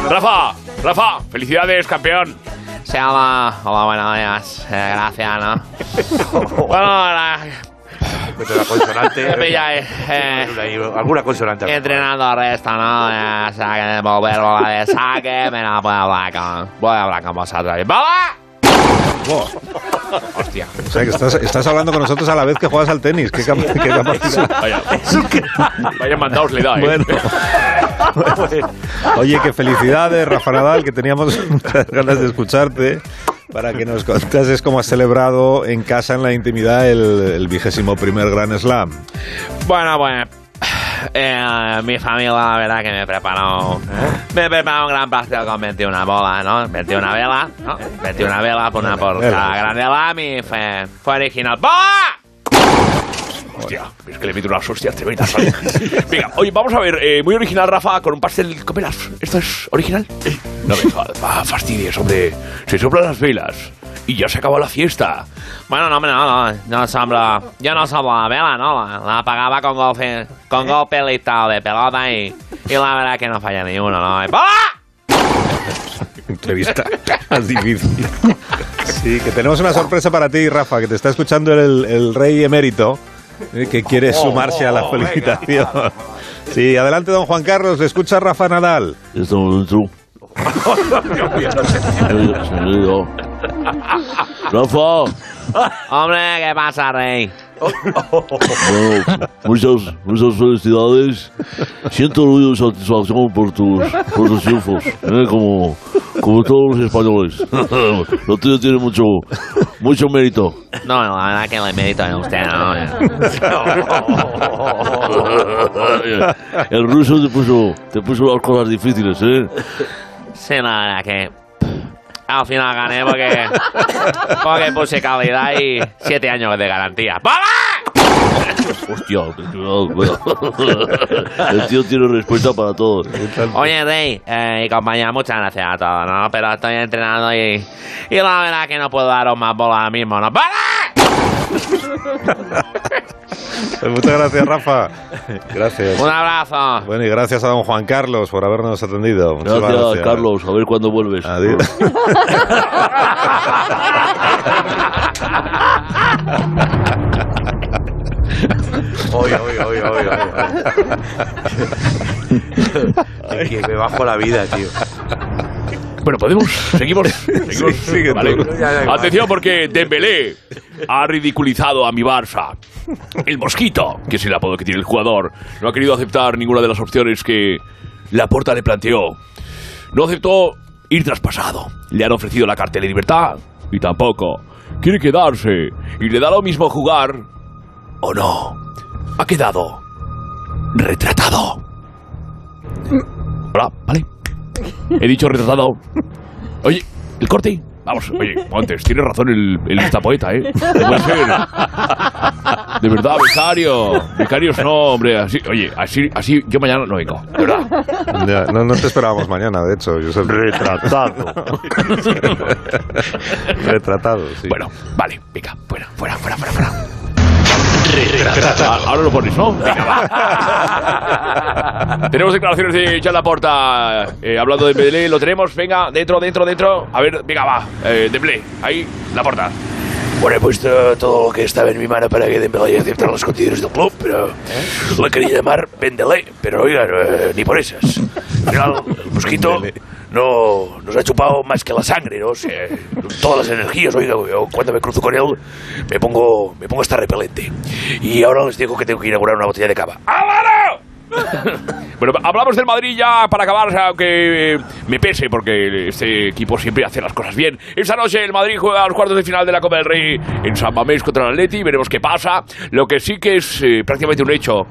Rafa, Rafa, felicidades, campeón. Se llama. Hola, buenos días. Eh, gracias, ¿no? bueno, la, la consonante. Me pilláis, eh. Alguna consonante. entrenador esta, ¿no? Eh, o sea, que debo ver bola de saque. Mira, voy a hablar con. Voy a hablar con vosotros. ¡Bola! Hostia. O sea, que estás, estás hablando con nosotros a la vez que juegas al tenis. Qué, cam- qué capacidad. Vaya, vaya mandados le da, ¿eh? Bueno. Oye, qué felicidades, Rafa Nadal, que teníamos muchas ganas de escucharte para que nos contases cómo has celebrado en casa, en la intimidad, el, el vigésimo primer Gran Slam. Bueno, pues. eh, mi familia, la verdad, que me preparó. Me preparó un gran pastel con 21 bolas, ¿no? 21 velas, ¿no? 21 velas por una por Velas. cada gran velam y fue, fue original. ¡Bola! Hostia, es que le meto unas hostias tremendas. ¿vale? Venga, oye, vamos a ver, eh, muy original, Rafa, con un pastel con velas. ¿Esto es original? No me fa- fa- fastidies, hombre. Se soplan las velas y ya se acaba la fiesta. Bueno, no, hombre, no, no, no soplo- yo no soplo la vela, no, la, la apagaba con golpe, con golpe listado de pelota y, y la verdad que no falla ni uno, ¿no? Y ¡bola! Entrevista más difícil. Sí, que tenemos una sorpresa para ti, Rafa, que te está escuchando el, el rey emérito, eh, que quiere sumarse a la felicitación. Sí, adelante, don Juan Carlos, le escucha Rafa Nadal. Esto no lo entro. Querido. Rafa, Hombre, ¿qué pasa, Rey? bueno, muchas, muchas felicidades. Siento orgullo y satisfacción por tus, por tus triunfos, ¿eh? como, como todos los españoles. Lo tuyo tiene mucho, mucho mérito. No, no, la verdad que le medito en usted, no. El ruso te puso, te puso las cosas difíciles, ¿eh? Sí, la verdad que. Al final gané porque. Porque puse calidad y 7 años de garantía. ¡Vamos! Hostia, el tío tiene respuesta para todo. Oye, Rey, eh, y compañía, muchas gracias a todos, ¿no? Pero estoy entrenando y. Y la verdad que no puedo daros más bola ahora mismo, ¿no? ¡Vamos! Pues muchas gracias, Rafa. Gracias. Un abrazo. Bueno, y gracias a don Juan Carlos por habernos atendido. Muchísimas Gracias, Carlos. A ver cuándo vuelves. Adiós. Oye, oye, oye, oye, oye. Que me bajo la vida, tío. Bueno, podemos. Seguimos. seguimos. Vale. Atención porque Dembélé ha ridiculizado a mi Barça. El Mosquito, que es el apodo que tiene el jugador, no ha querido aceptar ninguna de las opciones que Laporta le planteó. No aceptó ir traspasado. Le han ofrecido la carta de libertad y tampoco. Quiere quedarse y le da lo mismo jugar o no. Ha quedado retratado. Hola, vale. He dicho retratado. Oye, el corte. Vamos, oye, Montes, tiene razón el, el lista poeta, ¿eh? No puede ser. De verdad, becario. Becarios no, hombre. Así, oye, así, así yo mañana no vengo. De verdad. Ya, no, no te esperábamos mañana, de hecho. Josep. Retratado. Retratado, sí. Bueno, vale, venga, fuera, fuera, fuera, fuera, fuera. Retratado. Ahora lo pones, ¿no? Venga, va. tenemos declaraciones de Chan Laporta eh, hablando de Dembélé. Lo tenemos, venga, dentro, dentro, dentro. A ver, venga, va. Eh, Dembélé, ahí, Laporta. Bueno, he puesto todo lo que estaba en mi mano para que Dembélé aceptara las condiciones del club, pero ¿Eh? lo quería llamar Bendelé, pero oiga, eh, ni por esas. Al final, el mosquito no, nos ha chupado más que la sangre, ¿no? O sea, todas las energías, oiga, yo cuando me cruzo con él me pongo, me pongo hasta repelente. Y ahora les digo que tengo que inaugurar una botella de cava. Bueno, hablamos del Madrid ya para acabar, aunque eh, me pese porque este equipo siempre hace las cosas bien. Esta noche el Madrid juega a los cuartos de final de la Copa del Rey en San Mamés contra el Atleti, veremos qué pasa. Lo que sí que es eh, prácticamente un hecho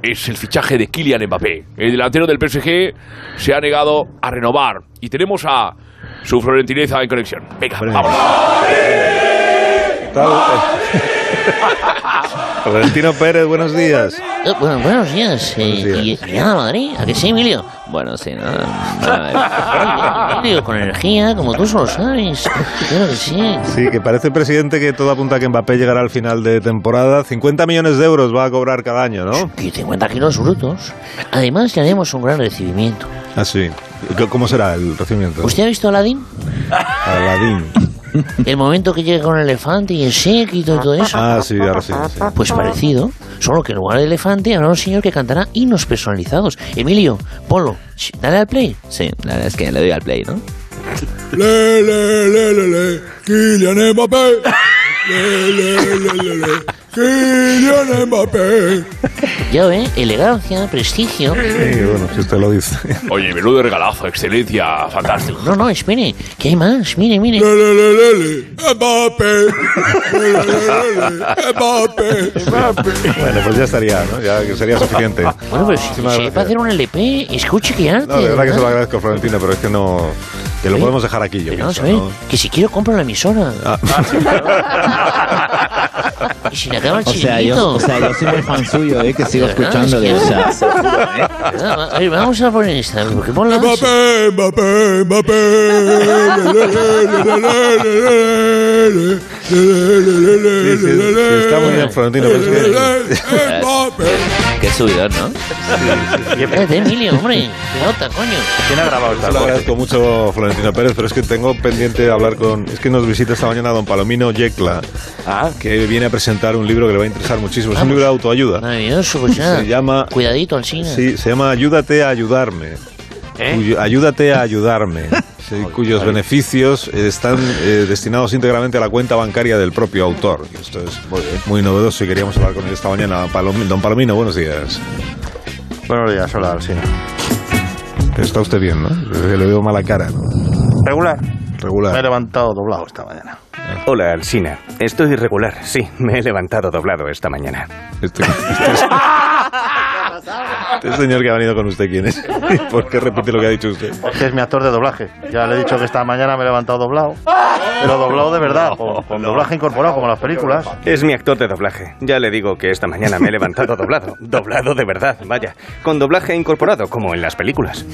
es el fichaje de Kylian Mbappé. El delantero del PSG se ha negado a renovar y tenemos a su florentineza en conexión. Venga, vamos. Florentino Pérez, buenos días. Eh, bueno, buenos días. eh, ¿Y Real Madrid? ¿A que sí, Emilio? Bueno, sí, ¿no? Vale. Emilio, con energía, como tú solo sabes. Claro que sí. Sí, que parece, presidente, que todo apunta a que Mbappé llegará al final de temporada. 50 millones de euros va a cobrar cada año, ¿no? Y 50 kilos brutos. Además, le haremos un gran recibimiento. Ah, sí. ¿Qué- ¿Cómo será el recibimiento? ¿Usted ha visto a Aladdin? Aladín. El momento que llega con el elefante y el séquito y todo eso. Ah, sí, ahora sí. sí. Pues parecido, solo que en lugar de elefante habrá un señor que cantará himnos personalizados. Emilio, ponlo, Sh, dale al play. Sí, la verdad es que le doy al play, ¿no? Le, le, le, le, le, Kylian Mbappé. Le, le, le, le, le, Kylian Mbappé. Ya ve, elegancia, prestigio. Sí, bueno, si usted lo dice. Oye, menudo regalazo, excelencia, fantástico. No, no, espere, que hay más, mire, mire. Mbappé. Le, le, le, le, Mbappé. Bueno, pues ya estaría, ¿no? Ya que sería suficiente. Bueno, pues si Muchísimas se va a hacer un LP, escuche que arte. No, de verdad que se lo ¿verdad? agradezco, Florentino, pero es que no... Que lo Oye, podemos dejar aquí, yo Pero vamos pienso, a ver, ¿no? ¿eh? Ah. que si quiero compro la emisora. y si le acaba el O sea, yo, chiringuito. o sea, yo soy muy fan suyo, eh, que sigo ¿Verdad? escuchándole. O Es que- sea, se- Ah, a ver, vamos a poner esta, porque ponla. Mbappé, Mbappé, Mbappé. Le, le, le, le, le, le, le, le, le, le, le, le, le, le, le, le. Está muy bien, Florentino, pero es que... Qué subidón, ¿no? Espérate, Emilio, hombre. Nota, coño. ¿Quién ha grabado esta? Lo agradezco mucho, Florentino Pérez, pero es que tengo pendiente de hablar con. Es que nos visita esta mañana don Palomino Yecla, que viene a presentar un libro que le va a interesar muchísimo. Es un libro de autoayuda. Maravilloso, pues ya. Se llama. Cuidadito, Alcina. Sí, se llama Ayúdate a ayudarme. Cuyo- ayúdate a ayudarme, sí, cuyos beneficios están eh, destinados íntegramente a la cuenta bancaria del propio autor. Y Esto es muy novedoso y queríamos hablar con él esta mañana. Palom- Don Palomino, buenos días. Buenos días, hola, sí. Está usted bien, ¿no? Le le veo mala cara. ¿no? Regular. Regular. Me he levantado doblado esta mañana. Ah. Hola, Alsina. Estoy irregular, sí. Me he levantado doblado esta mañana. Este señor que ha venido con usted, ¿quién es? ¿Por qué repite lo que ha dicho usted? Este es mi actor de doblaje. Ya le he dicho que esta mañana me he levantado doblado. Pero doblado de verdad, con, con doblaje incorporado, como en las películas. Es mi actor de doblaje. Ya le digo que esta mañana me he levantado doblado. Doblado de verdad, vaya. Con doblaje incorporado, como en las películas.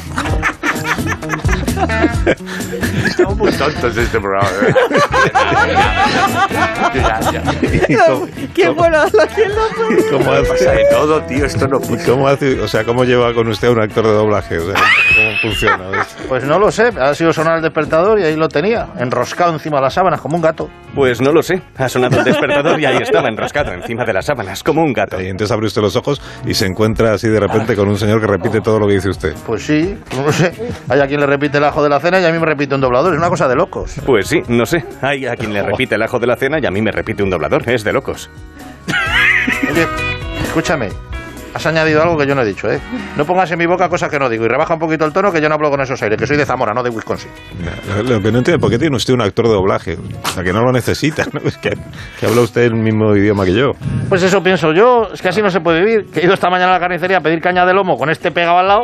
Estamos muy tontos este programa. ¿eh? ¿Quién bueno habla? ¿Quién lo hace? ¿Cómo pasa de todo, tío? Esto no ¿Cómo hace, o sea, cómo lleva con usted a un actor de doblaje? O sea, ¿cómo funciona? Pues no lo sé, ha sido sonar el despertador y ahí lo tenía, enroscado encima de las sábanas como un gato. Pues no lo sé. Ha sonado el despertador y ahí estaba enroscado encima de las sábanas, como un gato. Ah. Y entonces abre usted los ojos y se encuentra así de repente con un señor que repite todo lo que dice usted. Pues sí, no lo sé. Hay a quien le repite el ajo de la cena y a mí me repite un doblador, es una cosa de locos. Pues sí, no sé. Hay a quien le repite el ajo de la cena y a mí me repite un doblador. Es de locos. Oye, escúchame, has añadido algo que yo no he dicho, ¿eh? No pongas en mi boca cosas que no digo y rebaja un poquito el tono que yo no hablo con esos aires, que soy de Zamora, no de Wisconsin. Lo- Lo que no entiendo, ¿por qué tiene usted un actor de doblaje? O sea, que no lo necesita, ¿no? Es que, que habla usted el mismo idioma que yo. Pues eso pienso yo, es que así no se puede vivir. Que he ido esta mañana a la carnicería a pedir caña de lomo con este pegado al lado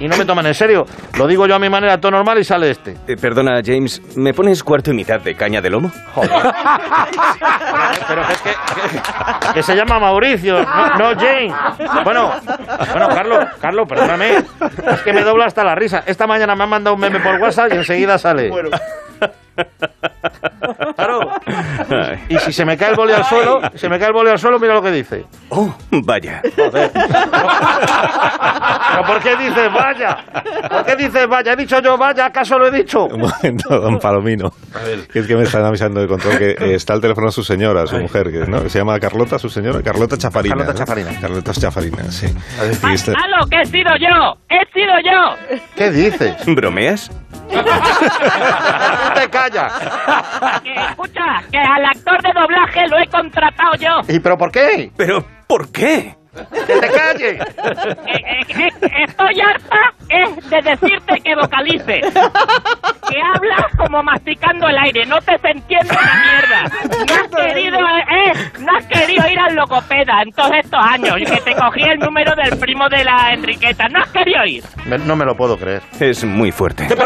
y no me toman en serio. Lo digo yo a mi manera, todo normal y sale este. Eh, perdona, James, ¿me pones cuarto y mitad de caña de lomo? Que se llama Mauricio, no, no Jane. Bueno, bueno, Carlos, Carlos, perdóname. Es que me dobla hasta la risa. Esta mañana me han mandado un meme por WhatsApp y enseguida sale. Claro. Y si se me cae el boli al suelo, se me cae el boli al suelo, mira lo que dice. Oh, vaya. ¿Pero por qué dices vaya? ¿Por qué dices vaya? He dicho yo vaya, ¿acaso lo he dicho? Un momento, don Palomino. Que Es que me están avisando de control que eh, está al teléfono su señora, su mujer, que, ¿no? Que se llama Carlota, su señora, Carlota Chafarina. Carlota ¿no? Chafarina. Carlota Chafarina, sí. Y este- está- ¡Halo, Ah, que he sido yo! ¡He sido yo! ¿Qué dices? ¿Bromeas? Ah, ¡No te callas! Que, escucha, que al actor de doblaje lo he contratado yo. ¿Y pero por qué? ¿Pero por qué? ¡Que te calles! Eh, Estoy harta eh, de decirte que vocalices. Que hablas como masticando el aire. No te se entiende una mierda. No has querido, eh, no has querido ir al logopeda en todos estos años. Y que te cogí el número del primo de la Enriqueta. No has querido ir. Me- no me lo puedo creer. Es muy fuerte. ¿Qué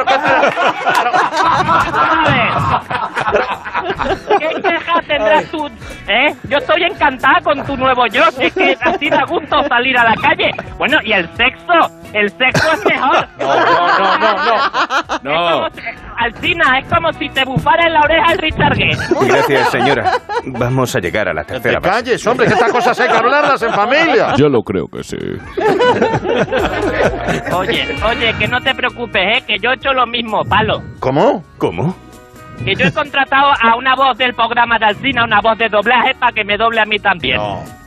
queja tendrás tú? ¿Eh? Yo estoy encantada con tu nuevo yo. Es que así da gusto salir a la calle. Bueno, y el sexo. El sexo es mejor. No, no, no, no. no. Alcina, es como si te bufara en la oreja el Richard Gere. Gracias, señora. Vamos a llegar a la tercera base. Calles, hombre, que estas cosas hay que hablarlas en familia. Yo lo creo que sí. Oye, oye, que no te preocupes, ¿eh? que yo he hecho lo mismo, palo. ¿Cómo? ¿Cómo? Que yo he contratado a una voz del programa de Alcina, una voz de doblaje, para que me doble a mí también.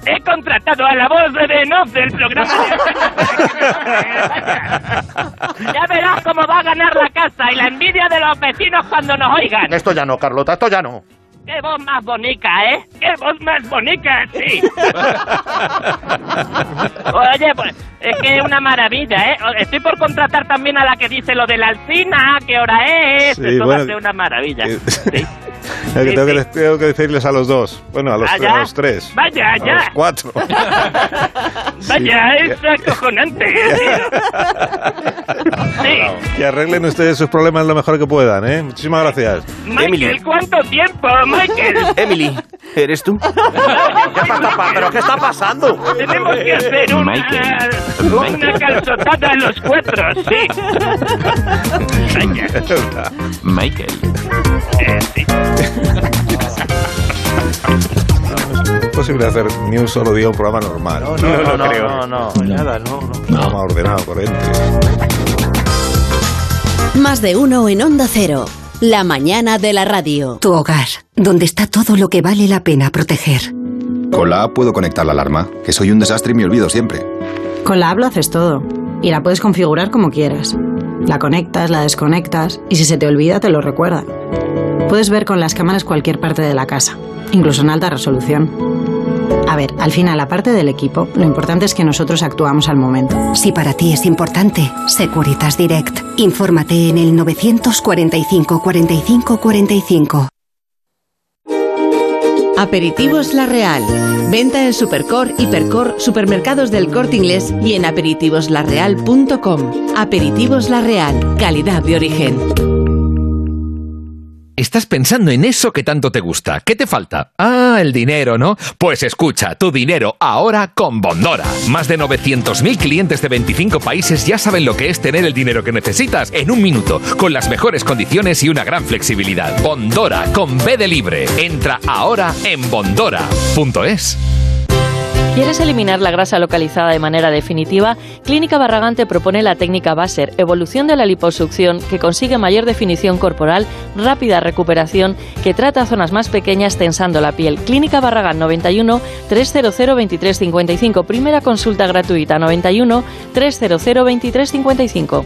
He contratado a la voz de Ben Off del programa de... Ya verás cómo va a ganar la casa y la envidia de los vecinos cuando nos oigan. Esto ya no, Carlota, esto ya no. ¡Qué voz más bonita, eh! ¡Qué voz más bonita, sí! Oye, pues es que es una maravilla, ¿eh? Estoy por contratar también a la que dice lo de la alcina, ¿qué hora es? Sí, Eso bueno, va a ser una maravilla. que- Es que tengo, que tengo que decirles a los dos. Bueno, a los, Ah, tres, ya. a los tres. Vaya, a ya. los cuatro. Vaya, es acojonante. Que arreglen ustedes sus problemas lo mejor que puedan, ¿eh? Muchísimas gracias. Michael, ¿cuánto tiempo, Michael? Emily, ¿eres tú? ¿Pero qué está pasando? Tenemos que hacer una, una calzotada a los cuatro, sí. Michael. No es posible hacer ni un solo día un programa normal. No, no, no, no, no, no, nada, no, no. Un programa ordenado, corriente. Más de uno en Onda Cero. La mañana de la radio. Tu hogar, donde está todo lo que vale la pena proteger. Con la app puedo conectar la alarma, que soy un desastre y me olvido siempre. Con la app lo haces todo y la puedes configurar como quieras. La conectas, la desconectas y si se te olvida te lo recuerda. Puedes ver con las cámaras cualquier parte de la casa, incluso en alta resolución. A ver, al final, aparte del equipo, lo importante es que nosotros actuamos al momento. Si para ti es importante, Securitas Direct. Infórmate en el 945 45 45. Aperitivos La Real. Venta en Supercor, Hipercor, Supermercados del Corte Inglés y en aperitivoslarreal.com. Aperitivos La Real. Calidad de origen. Estás pensando en eso que tanto te gusta. ¿Qué te falta? Ah, el dinero, ¿no? Pues escucha, tu dinero ahora con Bondora. Más de 900.000 clientes de 25 países ya saben lo que es tener el dinero que necesitas en un minuto, con las mejores condiciones y una gran flexibilidad. Bondora con B de libre. Entra ahora en bondora.es. ¿Quieres eliminar la grasa localizada de manera definitiva? Clínica Barragán te propone la técnica Baser, evolución de la liposucción que consigue mayor definición corporal, rápida recuperación, que trata zonas más pequeñas tensando la piel. Clínica Barragán 91 300 2355, primera consulta gratuita 91 300 2355.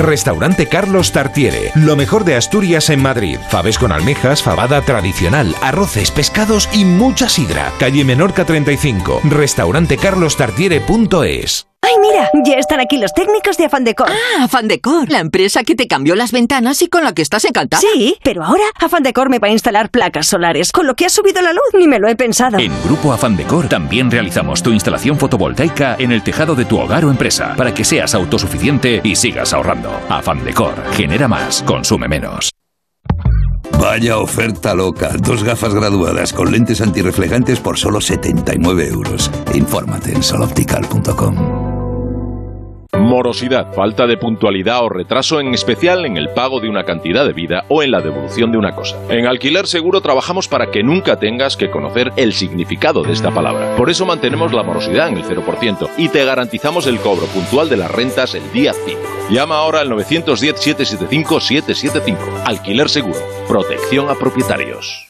Restaurante Carlos Tartiere, lo mejor de Asturias en Madrid. Faves con almejas, fabada tradicional, arroces, pescados y mucha sidra. Calle Menorca 35, restaurantecarlostartiere.es. ¡Ay, mira! Ya están aquí los técnicos de Afan Decor. Ah, Afan Decor, la empresa que te cambió las ventanas y con la que estás encantada. Sí, pero ahora Afan Decor me va a instalar placas solares, con lo que ha subido la luz, ni me lo he pensado. En Grupo Afán Decor también realizamos tu instalación fotovoltaica en el tejado de tu hogar o empresa para que seas autosuficiente y sigas ahorrando. Afán Decor genera más, consume menos. Vaya oferta loca. Dos gafas graduadas con lentes antirreflejantes por solo 79 euros. Infórmate en soloptical.com. Morosidad, falta de puntualidad o retraso, en especial en el pago de una cantidad de vida o en la devolución de una cosa. En Alquiler Seguro trabajamos para que nunca tengas que conocer el significado de esta palabra. Por eso mantenemos la morosidad en el 0% y te garantizamos el cobro puntual de las rentas el día 5. Llama ahora al 910-775-775. Alquiler Seguro, protección a propietarios.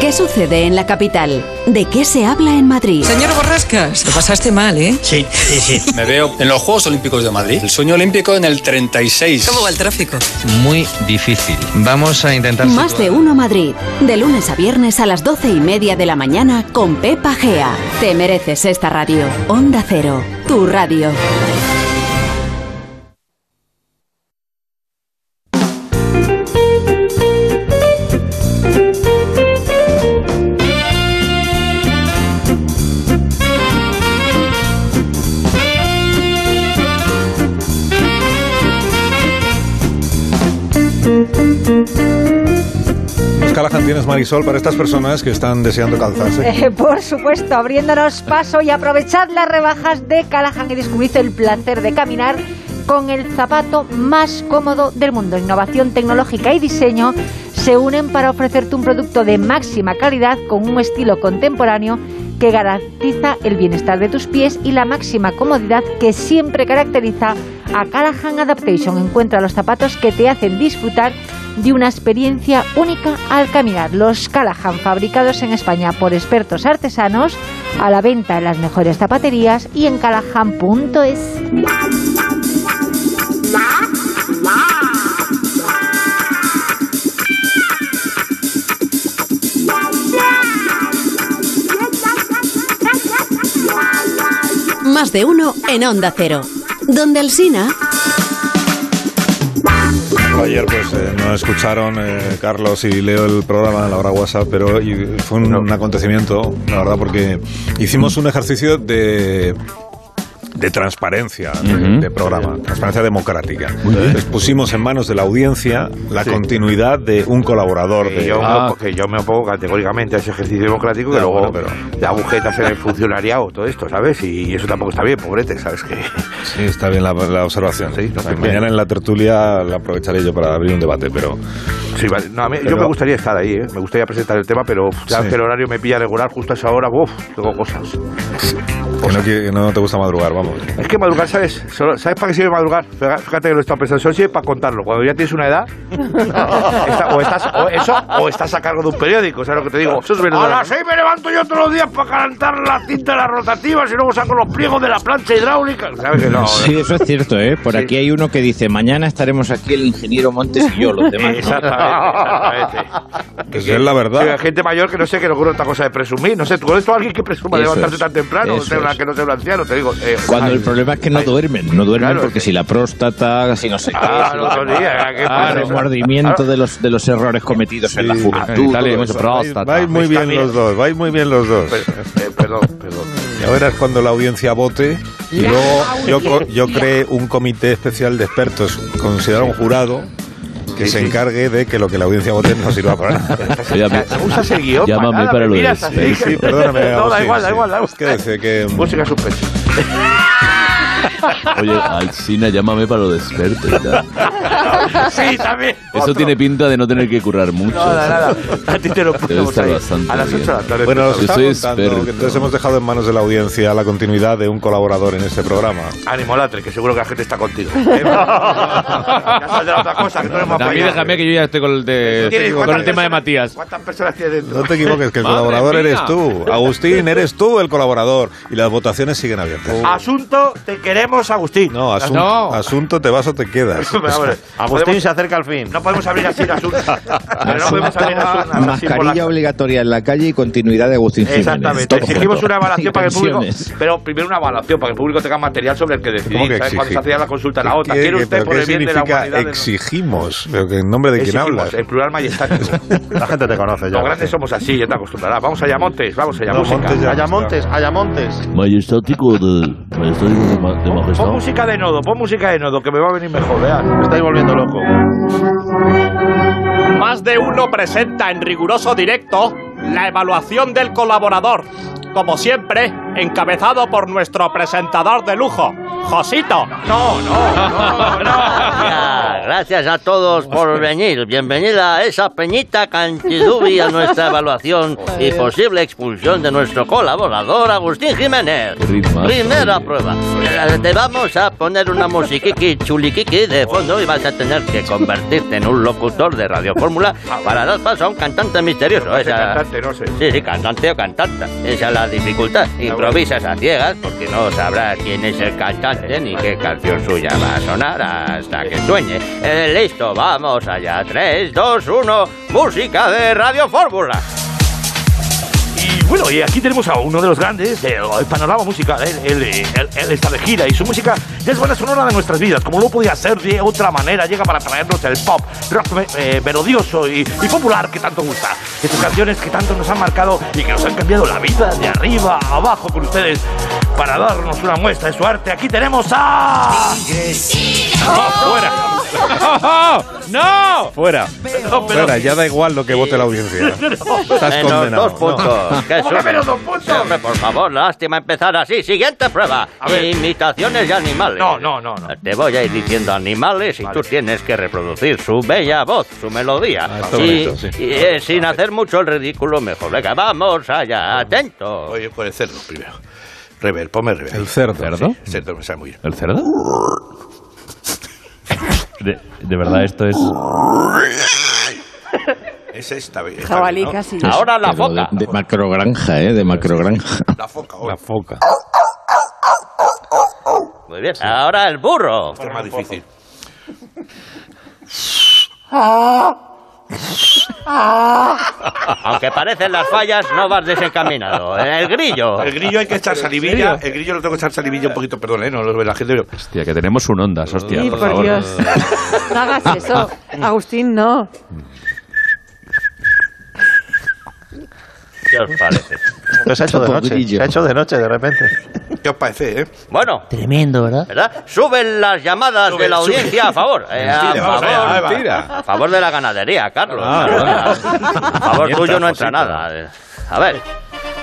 ¿Qué sucede en la capital? ¿De qué se habla en Madrid? Señor Borrascas, lo pasaste mal, ¿eh? Sí, sí, sí. Me veo en los Juegos Olímpicos de Madrid. El sueño olímpico en el 36. ¿Cómo va el tráfico? Muy difícil. Vamos a intentar. Más de uno Madrid. De lunes a viernes a las doce y media de la mañana con Pepa Gea. Te mereces esta radio. Onda Cero, tu radio. Pues Callahan tienes Marisol para estas personas que están deseando calzarse. Eh, por supuesto, abriéndonos paso y aprovechad las rebajas de Callahan y descubrid el placer de caminar con el zapato más cómodo del mundo. Innovación tecnológica y diseño se unen para ofrecerte un producto de máxima calidad con un estilo contemporáneo que garantiza el bienestar de tus pies y la máxima comodidad que siempre caracteriza a Callahan Adaptation. Encuentra los zapatos que te hacen disfrutar de una experiencia única al caminar. Los Callahan, fabricados en España por expertos artesanos, a la venta en las mejores zapaterías y en callahan.es. Más de uno en Onda Cero. Donde el Sina. Ayer pues eh, no escucharon eh, Carlos y Leo el programa en la hora WhatsApp, pero y- fue un, un acontecimiento, la verdad, porque hicimos un ejercicio de de transparencia de- de, programa, transparencia democrática. Les pusimos en manos de la audiencia la continuidad de un colaborador. Que de, Ah, yo, me, opo- que yo me opongo categóricamente a ese ejercicio democrático que Eh, Ya, luego bueno, da agujetas en el funcionariado, todo esto, ¿sabes? Y eso tampoco está bien, pobrete, ¿sabes? Que... Sí, está bien la, la observación. O sea, mañana en la tertulia la aprovecharé yo para abrir un debate, pero... Sí, vale. No, a mí- yo Pero- me gustaría estar ahí, ¿eh? me gustaría presentar el tema, pero uf, ya Sí. que el horario me pilla regular justo a esa hora, uff, tengo cosas. Que no, que no te gusta madrugar, vamos. Es que madrugar, ¿sabes? Solo- ¿Sabes para qué sirve madrugar? Fija- Fíjate que lo he estado pensando, solo sirve para contarlo. Cuando ya tienes una edad, está- o, estás, o eso, o estás a cargo de un periódico, ¿sabes lo que te digo? Eso es verdad. A las seis me levanto yo todos los días para calentar la cinta de las rotativas y luego saco los pliegos de la plancha hidráulica. ¿Sabes que no? Sí, eso es cierto, ¿eh? Por aquí hay uno que dice, mañana estaremos aquí el ingeniero Montes y yo, los demás. ¿no?". Exactamente, exactamente. Que Pues es la verdad. Que Hay gente mayor que no sé, que no ocurre otra cosa de presumir. No sé, tú eres tú alguien que presuma de Eso levantarse es, tan temprano, eso sea una- es. que no sea un anciano, te digo. eh, ay, ay, no. ah, Ah, no, el problema es que no duermen, no duermen porque si la próstata, si no sé qué, si no sé otro día, ¿qué Ah, pasa? remordimiento de los, de los errores cometidos en la juventud. Vais muy bien los dos, vais muy bien los dos. Pues, eh, Perdón, perdón. Ya verás cuando la audiencia vote y La luego yo, co- audiencia. yo creé un comité especial de expertos, considera un jurado que se encargue de que lo que la audiencia vote no sirva para nada. Usas el guión para nada, me miras así, Sí, que- sí, perdóname. No, da Agustín, igual, da sí. igual, da Es que dice que... mm, Música suspensa. Oye, Alcina, llámame para lo desperto. igual. Sí, también. Eso tiene pinta de no tener que currar mucho. Nada, nada. A ti te lo Debe pusimos estar ahí. bastante A las bien. 8 de la tarde. Bueno, os Yo estaba soy contando experto. que entonces hemos dejado en manos de la audiencia la continuidad de un colaborador en este programa. Ánimo, Latre, que seguro que la gente está contigo. Eh, Ya sabes de la otra cosa, que tú eres más A mí payaso. déjame que yo ya estoy con el, de- Tienes con cuatro el tema de Matías. ¿Cuántas personas tienes dentro? No te equivoques, que el Madre colaborador mía. eres tú. Agustín, eres tú el colaborador. Y las votaciones siguen abiertas. Asunto, te Ah, queremos, Agustín. No, asun- asunto, te vas o te quedas. Agustín se acerca al fin. No podemos abrir así el asunto. Pero no podemos abrir asunto así por la- Mascarilla obligatoria en la calle y continuidad de Agustín Jiménez. Exactamente. Exigimos una evaluación para que el público. Pero primero una evaluación para que el público tenga material sobre el que decidir. ¿Cómo que ¿sabes? Cuando se exigir? hacía la consulta a la OTA, ¿Qué- ¿quiere qué- usted pero por qué el bien de la significa humanidad? del- exigimos? ¿Pero que en nombre de quién Exigimos, hablas? El plural majestático. La gente te conoce ya. Los grandes somos así, ya te acostumbrarás. Vamos allá, Montes. Vamos allá, música. Ayamontes. Majestático de. Majestático de, ma- de Pon majestad. música de nodo, pon música de nodo, que me va a venir mejor, vean. Me estáis volviendo loco. Más de uno presenta en riguroso directo la evaluación del colaborador, como siempre, encabezado por nuestro presentador de lujo, Josito. No, no, no, Gracias, gracias a todos por venir. Bienvenida a esa peñita cantidubi a nuestra evaluación y posible expulsión de nuestro colaborador Agustín Jiménez. Primera prueba. Eh, Te vamos a poner una musiquiqui chuliquiqui de fondo y vas a tener que convertirte en un locutor de Radio Fórmula para dar paso a un cantante misterioso. Ah, No sé, Esa- cantante, no sé. Ah, Sí, sí, cantante o cantanta. Esa es la dificultad. Improvisas a ciegas porque no sabrás quién es el Eh, cantante ni qué canción suya va a sonar hasta que sueñe. Eh, listo, vamos allá. 3, 2, 1, música de Radio Fórmula. Y bueno, y aquí tenemos a uno de los grandes del panorama musical. Él, él, él- él está de gira y su música ya es buena sonora de nuestras vidas. Como no podía ser de otra manera, llega para traernos el pop, rock me- eh, melodioso y, y popular que tanto gusta. Estas canciones que tanto nos han marcado y que nos han cambiado la vida de arriba a abajo con ustedes. Para darnos una muestra de su arte, aquí tenemos a... ¡Fuera! ¡No! Fuera. No, pero- Fuera, ya da igual lo que vote la audiencia. Estás Menos condenado. dos puntos. No. ¡Qué ¿Cómo que susto! menos dos puntos? Sí, hombre, por favor, lástima empezar así. Siguiente prueba. Imitaciones de animales. No, no, no, no. Te voy a ir diciendo animales y tú tienes que reproducir su bella voz, su melodía. está Y- Ah, bonito, sí. y, eh, sin hacer mucho el ridículo, mejor. Venga, vamos allá, atento. Oye, con el cerdo primero. Rever, ponme rever. El cerdo. ¿Cerdo? El cerdo me sabe muy bien. ¿El cerdo? De, de verdad, esto es. Ese está bien. está Jabalí bien, ¿no? casi. Ahora la Pero foca. De macrogranja, ¿eh? De macrogranja. La foca. La foca. Muy bien. Ahora el burro. más difícil. Aunque parecen las fallas, no vas desencaminado. El Ah. grillo. El grillo hay que echar salivilla. El grillo lo tengo que echar salivilla un poquito, perdón, ¿eh? No lo ve la gente. Hostia, que tenemos un ondas, hostia. Sí, por, por favor. Dios. No hagas eso. Agustín, no. ¿Qué os parece? Pero se ha hecho de noche. Se ha hecho de noche de repente. ¿Qué os parece, eh? Bueno, Tremendo, ¿verdad? ¿verdad? Suben las llamadas Sube, de la sube. audiencia a favor. Eh, a, Mentira, vamos allá, ahí va. favor Mentira. a favor de la ganadería, Carlos. Ah, a favor Mientras, tuyo no entra cosita. nada. Eh, A ver,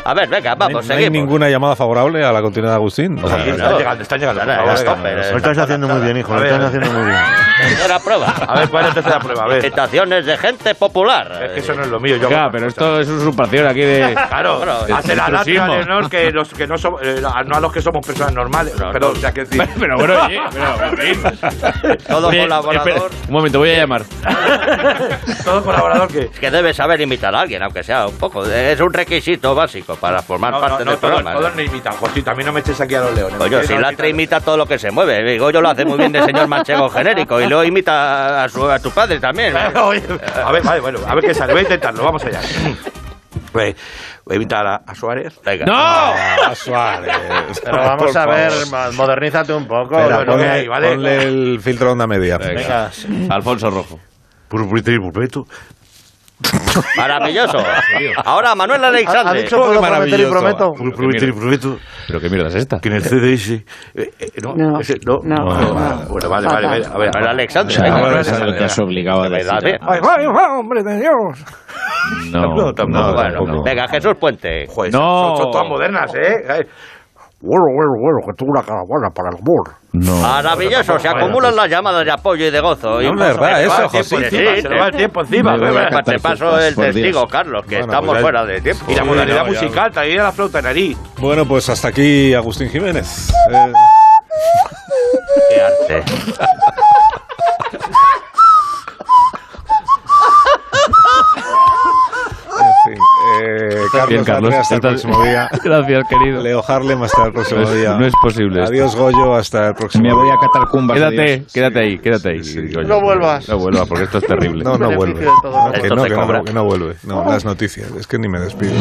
a ver, venga, ¿No pues vamos, hay- no hay seguimos. ninguna llamada favorable a la continuidad de Agustín? O sea, Están llegando, están llegando. Ahora, eh. Ahora, ya está, venga. pero- Lo estás haciendo muy bien, hijo. Lo estás haciendo muy bien. Tercera prueba. A ver, ¿cuál es la tercera prueba? A ver. Imitaciones de gente popular. Es que eso no es lo mío. Yo Claro, pero esto es usurpación aquí de. Claro, de- hace la de lástima intrusismo. de honor que, los, que no, somos, eh, a- no a los que somos personas normales. pero, o sea, que decir. Pero bueno, oye, Todo Oye, colaborador. espera, un momento, voy a llamar. Todo colaborador que. Es que debe saber imitar a alguien, aunque sea un poco. Es un requisito básico para formar No, parte no, no, del todos, programa. ¿eh? todos no imitan. Josito, a mí no me eches aquí a los leones. Coño, si Latre imita todo lo que se mueve. Goyo lo hace muy bien de señor manchego genérico y lo imita a, su, a tu padre también. ¿eh? Oye, a ver, vale, bueno, a ver qué sale. Voy a intentarlo, vamos allá. Pues, Voy voy a invitar a, a Suárez. Venga. Ah, Suárez. Pero vamos Por a ver, favor. ma- modernízate un poco. Espera, bueno, ponle, que hay, ¿vale? ponle el filtro de onda media. Venga. Alfonso Rojo. Purpurita y purpeto. Maravilloso. Ahora Manuel Alexandre. Ha- ha dicho puedo prometer y prometo. Prometer y prometo. Pero qué mierda es esta. Que en el CDS. eh, eh, no, No. ese- no, No. no, vale, Bueno, vale, vale, vale. A ver, Manuel Alexandre. Ahora venga, Manuel es algo que Alexandre. has obligado a Me decir. da bien. ¡Ay, ay, ay, hombre de Dios! No, No, tampoco. no, Bueno, tampoco. Venga, Jesús Puente. Joder, No. son, son todas modernas, ¿eh? Ay, Bueno, bueno, bueno, que tuvo una caravana para el amor. Maravilloso, se acumulan las llamadas de apoyo y de gozo. Y No, incluso verdad, que se eso, va el tiempo José. encima, Sí, se nos va el tiempo encima. me voy a Venga, cantar Te paso sus- el por Dios. testigo, Carlos, que Bueno, estamos pues ya- fuera de tiempo. Y la Sí, no, modalidad ya- musical, también la flauta de nariz. Bueno, pues hasta aquí Agustín Jiménez. Eh, Qué arte. en fin. Eh, Carlos, Bien, Carlos, Larrea, hasta el estás- próximo día. Gracias, querido. Leo Harlem, hasta el próximo No es- día. no es posible esto. Adiós, Goyo, hasta el próximo Me voy día. a catacumbas. Quédate, Adiós. quédate ahí, quédate ahí. digo yo. No vuelvas. No vuelvas, porque esto es terrible. No, no vuelve. Beneficio de todo. No, que Esto no, te que no, cobra. que no vuelve. No, las noticias. Es que ni me despido.